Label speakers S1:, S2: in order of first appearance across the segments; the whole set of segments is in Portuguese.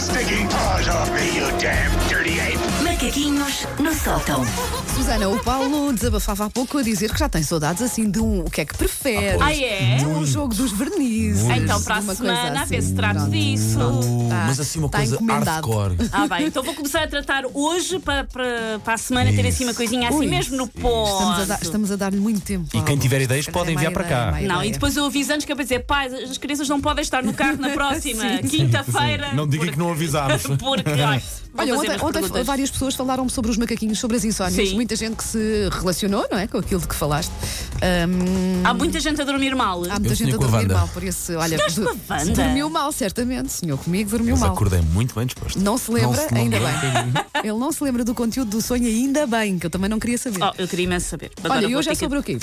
S1: stinking paws off me, you damn dirty ape!
S2: Macaquinhos no sótão.
S3: Susana, o Paulo desabafava há pouco a dizer que já tem saudades assim de um o que é que prefere.
S4: Ah, é?
S3: Um jogo dos vernizes.
S4: Ah, Então, para a
S3: uma coisa
S4: semana, a ver
S3: assim.
S4: se trato
S3: Pronto.
S4: disso.
S5: Oh,
S3: Tá-
S5: mas assim uma
S3: tá
S5: coisa
S3: encomendado.
S5: hardcore.
S4: Ah, bem, então vou começar a tratar hoje para, para, para a semana ter assim uma
S5: Isso.
S4: coisinha assim
S3: Ui,
S4: mesmo no
S3: Estamos a, dar,
S4: ponto.
S3: estamos a dar-lhe muito tempo.
S5: E quem
S3: Paulo.
S5: tiver ideias
S3: Se calhar
S5: pode
S3: é má
S5: enviar para
S3: ideia,
S5: cá.
S3: má
S4: Não,
S3: ideia.
S4: e depois eu aviso antes que é para dizer, pai, as crianças não podem estar no carro na próxima, quinta-feira.
S5: Não diga
S4: porque-
S5: que não avisámos.
S4: Porque, olha, vou
S3: Olha, ontem,
S4: fazer umas
S3: ontem
S4: perguntas.
S3: várias pessoas falaram sobre os macaquinhos, sobre as insónias.
S4: Sim.
S3: Muita gente que se relacionou, não é? Com aquilo de que falaste. Ahm,
S4: Há muita gente a dormir mal.
S3: há muita
S5: Eu
S3: gente
S5: sonhei
S3: a
S5: com a
S3: dormir
S5: Wanda.
S3: mal, por isso, olha,
S4: Sonhaste
S3: du-
S4: com a Wanda?
S3: dormiu mal, certamente. Senhor comigo, dormiu
S5: Mas
S3: mal.
S5: acordei é muito bem disposto.
S3: Não se lembra,
S5: Não se
S3: ainda
S5: lembra.
S3: bem. Ele não se lembra do conteúdo do sonho, ainda bem, que eu também não queria saber.
S4: Oh, eu queria imenso saber. Agora
S3: Olha, e
S4: vou
S3: hoje é
S4: ter que-
S3: sobre o quê?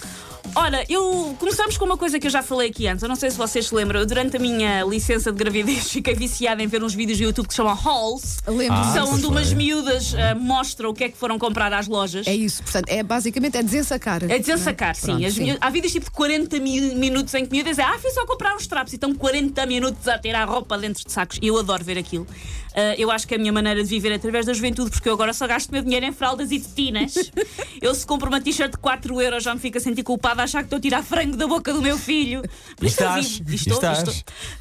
S4: Ora, eu começamos com uma coisa que eu já falei aqui antes. Eu não sei se vocês se lembram. Eu, durante a minha licença de gravidez, fiquei viciada em ver uns vídeos do YouTube que se chamam Halls.
S3: Lembro-me.
S5: Ah,
S4: são
S5: pois
S4: onde umas
S5: foi.
S4: miúdas ah, mostram o que é que foram comprar às lojas.
S3: É isso, portanto, é basicamente é desensacar.
S4: É desensacar, sim.
S3: Né? Pronto,
S4: As
S3: sim.
S4: miú- Há vídeos tipo de 40 mi- minutos em que miúdas dizem, ah, fui só comprar uns trapos e estão 40 minutos a tirar a roupa dentro de sacos. Eu adoro ver aquilo. Ah, eu acho que é a minha maneira de viver é através da juventude, porque eu agora só gasto o meu dinheiro em fraldas e tetinas. eu, se compro uma t-shirt de 4 euros, já me fico a sentir culpada a achar que estou a tirar frango da boca do meu filho. Por isso eu
S5: Estás,
S4: vivo. E Estou,
S5: estás.
S4: estou.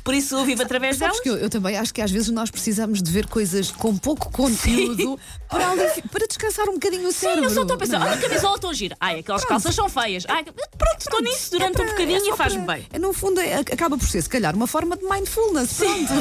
S4: Por isso eu vivo através delas.
S3: Sabes que eu, eu também acho que às vezes nós precisamos de ver coisas com pouco conteúdo para, ali- para descansar um bocadinho o
S4: Sim,
S3: cérebro.
S4: eu só estou a pensar,
S3: não é?
S4: olha a camisola estou a girar. Ai, aquelas
S3: Pronto.
S4: calças são feias. Ai, pronto, estou nisso durante
S3: É para-
S4: um
S3: é
S4: bocadinho
S3: só
S4: e faz-me
S3: para-
S4: bem.
S3: é, No fundo, é- acaba por ser, se calhar, uma forma de mindfulness. Pronto.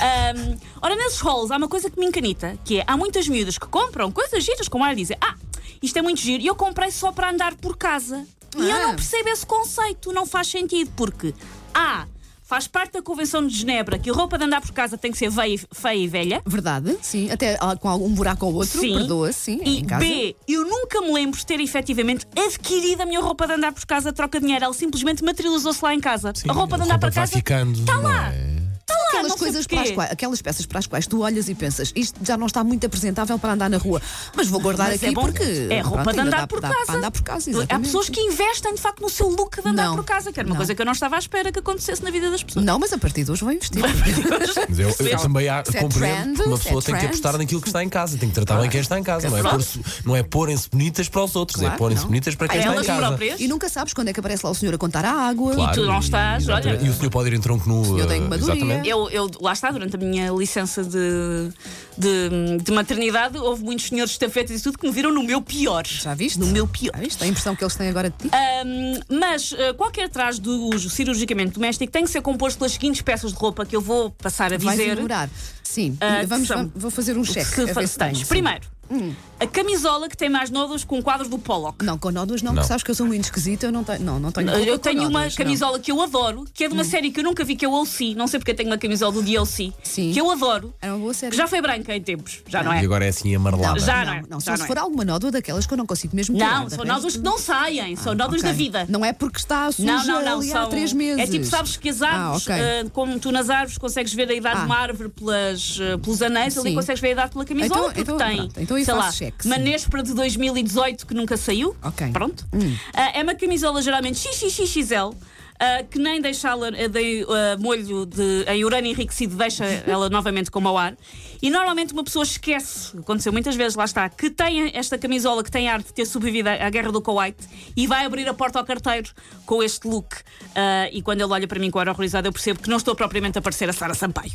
S4: Ahm, ora, nesses halls há uma coisa que me encanita, que é, há muitas miúdas que compram coisas giras, como ela dizem, ah, isto é muito giro, e eu comprei só para andar por casa. E
S3: Ah.
S4: eu não percebo esse conceito, não faz sentido, porque A, faz parte da Convenção de Genebra que a roupa de andar por casa tem que ser veia- feia e velha,
S3: Verdade, sim. Até ah, com algum buraco ou outro,
S4: Sim.
S3: perdoa-se, sim. é
S4: e
S3: em casa.
S4: B, eu nunca me lembro de ter efetivamente adquirido a minha roupa de andar por casa a troca de dinheiro, ela simplesmente materializou-se lá em casa. a roupa de andar para casa está lá.
S5: é?
S4: Está lá,
S3: Aquelas
S4: Ah, não sei
S3: coisas
S4: porquê.
S3: para as quais, aquelas peças para as quais tu olhas e pensas, isto já não está muito apresentável para andar na rua, mas vou guardar
S4: Mas
S3: aqui
S4: é bom
S3: porque
S4: É roupa
S3: pronto,
S4: de
S3: ainda
S4: andar
S3: dá-
S4: por
S3: dá
S4: casa.
S3: Para andar por casa,
S4: Há
S3: exatamente.
S4: pessoas que investem de facto no seu look de andar
S3: Não.
S4: por casa, que era uma
S3: Não.
S4: coisa que eu não estava à espera que acontecesse na vida das pessoas.
S3: Não, mas a partir de hoje vou investir.
S5: Mas eu, eu também há,
S3: Se é trend,
S5: compreendo que uma
S3: se é
S5: pessoa tem que
S3: trend.
S5: apostar naquilo que está em casa, tem que tratar
S4: Ah,
S5: bem quem está em casa. Não é, pôr-se- não é porem-se bonitas para os outros,
S3: Claro,
S5: é porem-se
S3: não.
S5: bonitas para quem está em
S4: elas
S5: casa.
S4: próprias.
S3: E nunca sabes quando é que aparece lá o senhor a contar a água.
S5: Claro,
S4: tu não estás,
S5: exatamente.
S4: olha.
S5: E o senhor pode ir em tronco nu.
S3: Eu tenho
S5: eh,
S3: maduria.
S5: Exatamente.
S4: Eu, eu- lá está, durante a minha licença de, de, de maternidade, houve muitos senhores de estafetas e tudo que me viram no meu pior.
S3: Já viste?
S4: No meu pior.
S3: Já viste? A impressão que eles têm agora de ti.
S4: Ahm, mas ah, qualquer traje de uso cirurgicamente doméstico tem que ser composto pelas seguintes peças de roupa que eu vou passar a
S3: Vai
S4: dizer.
S3: figurar. Sim.
S4: Ah,
S3: vamos,
S4: são-
S3: vamos- vou fazer um
S4: o
S3: cheque.
S4: que
S3: a ver
S4: fa-
S3: se tenho,
S4: tens.
S3: sim. Hum.
S4: Primeiro, a camisola que tem mais nódulos com quadros do Pollock.
S3: Não, com nódulas não,
S5: Não.
S3: porque sabes que eu sou muito esquisita, eu não tenho. Não, não tenho.
S4: Eu,
S3: culpa com
S4: tenho uma
S3: nódulas, não. Hum.
S4: camisola que eu adoro, que é de uma série que eu nunca vi, que é o OC. Não sei porque eu tenho uma camisola do DLC,
S3: Sim.
S4: que eu adoro.
S3: Era É uma boa série. Ah, Tá
S4: Que já foi branca em tempos, já não é?
S5: E agora é assim amarelada.
S4: já
S3: não,
S4: não é,
S3: não,
S4: já
S3: Só se
S4: não é.
S3: for alguma nódoa daquelas que eu não consigo mesmo tirar, tá
S4: Não,
S3: de
S4: são
S3: resto-
S4: nódulos que não saem, são nódulos
S3: Ah, Ok.
S4: da vida.
S3: Não é porque está suja
S4: Não, não, não.
S3: ali há
S4: São,
S3: três meses.
S4: É tipo, sabes que as
S3: Ah,
S4: árvores,
S3: ok.
S4: ah, como tu nas árvores consegues ver a idade
S3: Ah.
S4: de uma árvore pelas, ah, pelos anéis, ali
S3: Sim.
S4: consegues ver a idade pela camisola,
S3: Então-
S4: porque
S3: então,
S4: tem,
S3: pronto, então eu
S4: sei
S3: faço
S4: lá,
S3: cheque, sim.
S4: Manespra de 2018 que nunca saiu.
S3: Ok. Hum.
S4: Pronto. Ah, é uma camisola geralmente XXXL. ah, que nem deixa ela ah, de ah, molho de, em urânio enriquecido, deixa ela novamente como ao ar. E normalmente uma pessoa esquece, aconteceu muitas vezes, lá está, que tem esta camisola que tem ar de ter sobrevivido à à guerra do Kuwait e vai abrir a porta ao carteiro com este look. Ah, e quando ele olha para mim com ar horrorizado, eu percebo que não estou propriamente a parecer a Sara Sampaio.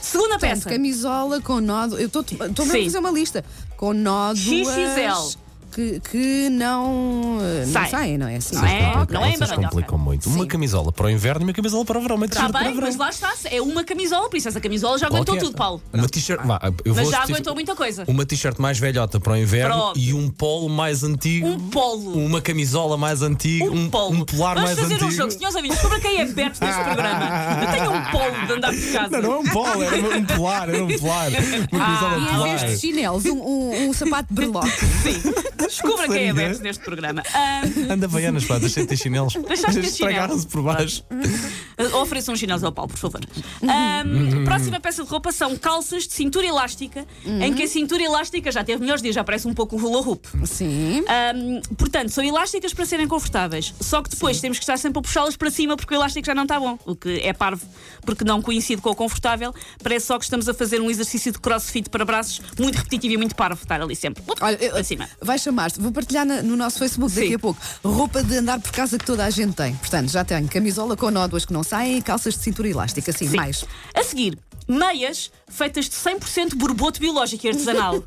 S4: Segunda
S3: Portanto,
S4: peça.
S3: camisola com nódulo. Eu estou estou mesmo a
S4: Sim.
S3: fazer uma lista. Com nódulas.
S4: XXL.
S3: Que, que não, eh, não
S4: Sai.
S3: saem, não é assim?
S4: Não é?
S5: Complicam,
S4: Não é
S5: vocês
S4: embaralhado.
S5: complicam muito. Uma camisola para o inverno e uma camisola para o verão. Uma
S4: Está
S5: t-shirt para
S4: Tá bem,
S5: o verão.
S4: mas lá está. É uma camisola, por isso essa camisola já aguentou
S5: Qualquer.
S4: tudo, Paulo.
S5: Uma t-shirt. vá, eu
S4: Mas
S5: vou
S4: já
S5: especific-
S4: aguentou muita coisa.
S5: Uma t-shirt mais velhota para o inverno
S4: Pronto.
S5: e um polo mais antigo.
S4: Um polo.
S5: Uma camisola mais antiga. Um,
S4: polo.
S5: um polar
S4: Vamos
S5: mais
S4: fazer
S5: antigo.
S4: um jogo, senhores ouvintes, sobre quem é perto deste programa. Eu tenho um polo de andar por casa.
S5: Não, não é um polo, era um polar, era um polar.
S4: Ah,
S5: Uma camisola
S3: E em vez de
S5: polar.
S3: chinelos, um, um, um sapato de berloque.
S4: Sim. Descubra quem é
S5: Sério?
S4: aberto neste programa. Ah,
S5: Anda baianas, pá, deixei de ter chinelos.
S4: Deixaste de ter
S5: Estragaram-se por baixo.
S4: ah, Ofereçam um chinelos ao Paulo, por favor.
S5: Uhum.
S4: Ahm, próxima peça de roupa são calças de cintura elástica, em que a cintura elástica já teve melhores dias, já parece um pouco um hula hoop.
S3: Sim.
S4: Ahm, portanto, são elásticas para serem confortáveis. Só que depois temos que estar sempre a puxá-las para cima porque o elástico já não está bom, o que é parvo, porque não coincide com o confortável. Parece só que estamos a fazer um exercício de crossfit para braços muito repetitivo e muito parvo, estar ali sempre. Up,
S3: Olha, eu-
S4: para cima.
S3: vai chamar-te. Vou partilhar na- no nosso Facebook daqui
S4: Sim.
S3: a pouco. Roupa de andar por casa que toda a gente tem. Portanto, já tenho camisola com nódoas que não saem e calças de cintura elástica. Sim,
S4: Sim.
S3: mais.
S4: A seguir, meias feitas de 100% borboto biológico e artesanal.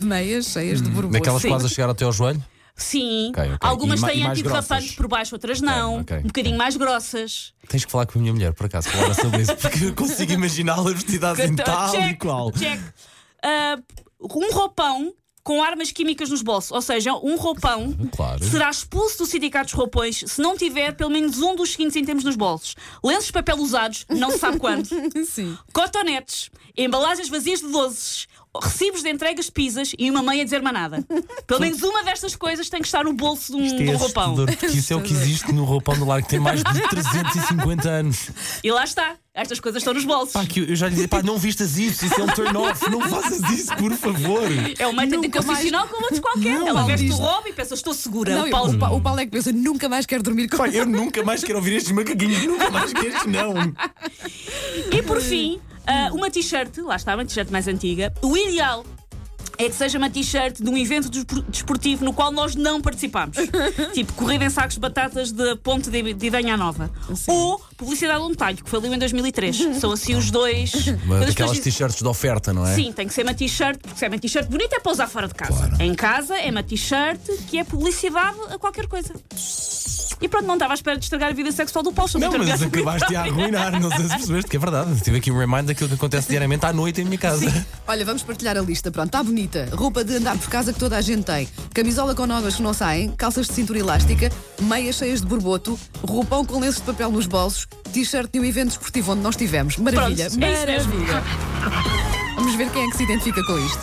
S3: Meias cheias de borbulhos.
S5: Naquelas
S4: Sim.
S5: quase a chegar até ao joelho?
S4: Sim.
S5: Ok, ok.
S4: Algumas
S5: E ma- e
S4: têm
S5: mais
S4: antiderrapante
S5: grossas?
S4: por baixo, outras não.
S5: ok,
S4: um
S5: ok.
S4: bocadinho mais grossas.
S5: Tens que falar com a minha mulher, por acaso, falar sobre isso, porque eu consigo imaginá-la vestida assim,
S4: Então,
S5: tal e
S4: check,
S5: qual.
S4: check. Ah, um roupão com armas químicas nos bolsos, ou seja, um roupão
S5: Claro.
S4: será expulso do sindicato dos roupões se não tiver pelo menos um dos seguintes itens nos bolsos: lenços de papel usados, não se sabe quando,
S3: Sim.
S4: cotonetes, embalagens vazias de dozes. Recibos de entregas de pizzas e uma meia desarmanada. Pelo menos uma destas coisas tem que estar no bolso de um, de um
S5: É
S4: roupão.
S5: assustador, porque isso é o que existe no roupão do lar que tem mais de 350 anos.
S4: E lá está. Estas coisas estão nos bolsos.
S5: Pá, que eu eu já lhe dizia, pá, não vistas isso, isso é um turn off, não faças isso, por favor.
S4: É uma técnica
S3: Nunca mais-
S4: profissional como outros qualquer. Ela
S3: Paulo,
S4: veste o
S3: diz-
S4: roubo e pensa, estou segura.
S3: Não,
S4: o
S3: eu-
S4: Paulo Hum.
S3: o, Pa- o Paulo é que pensa, nunca mais quero dormir com
S5: Pá, eu nunca mais quero ouvir estes macaquinhos, nunca mais quero estes, não.
S4: E por fim, ah, uma t-shirt, lá está, uma t-shirt mais antiga. O ideal é que seja uma t-shirt de um evento despo- desportivo no qual nós não participamos. tipo, corrida em sacos de batatas de Ponte de, de Idanha Nova. Ou publicidade a um talho, que faliu em 2003. São assim os dois. Quando as pessoas
S5: Aquelas
S4: dizem-
S5: t-shirts de oferta, não é?
S4: Sim, tem que ser uma t-shirt, porque se é uma t-shirt bonita é para usar fora de casa. Em casa é uma t-shirt que é publicidade a qualquer coisa. E pronto, não estava à espera de estragar a vida sexual do Paulo. sobre
S5: Não,
S4: estragar
S5: mas
S4: a vida
S5: acabaste de
S4: própria.
S5: arruinar, não sei se percebeste que é verdade. Tive aqui um reminder daquilo que acontece diariamente à noite em minha casa.
S3: Olha, vamos partilhar a lista. Pronto, está bonita. Roupa de andar por casa que toda a gente tem. Camisola com nódoas que não saem. Calças de cintura elástica. Meias cheias de borboto. Roupão com lenço de papel nos bolsos. T-shirt de um evento esportivo onde nós estivemos.
S4: Pronto,
S3: Maravilha.
S4: é isso mesmo.
S3: Vamos ver quem é que se identifica com isto.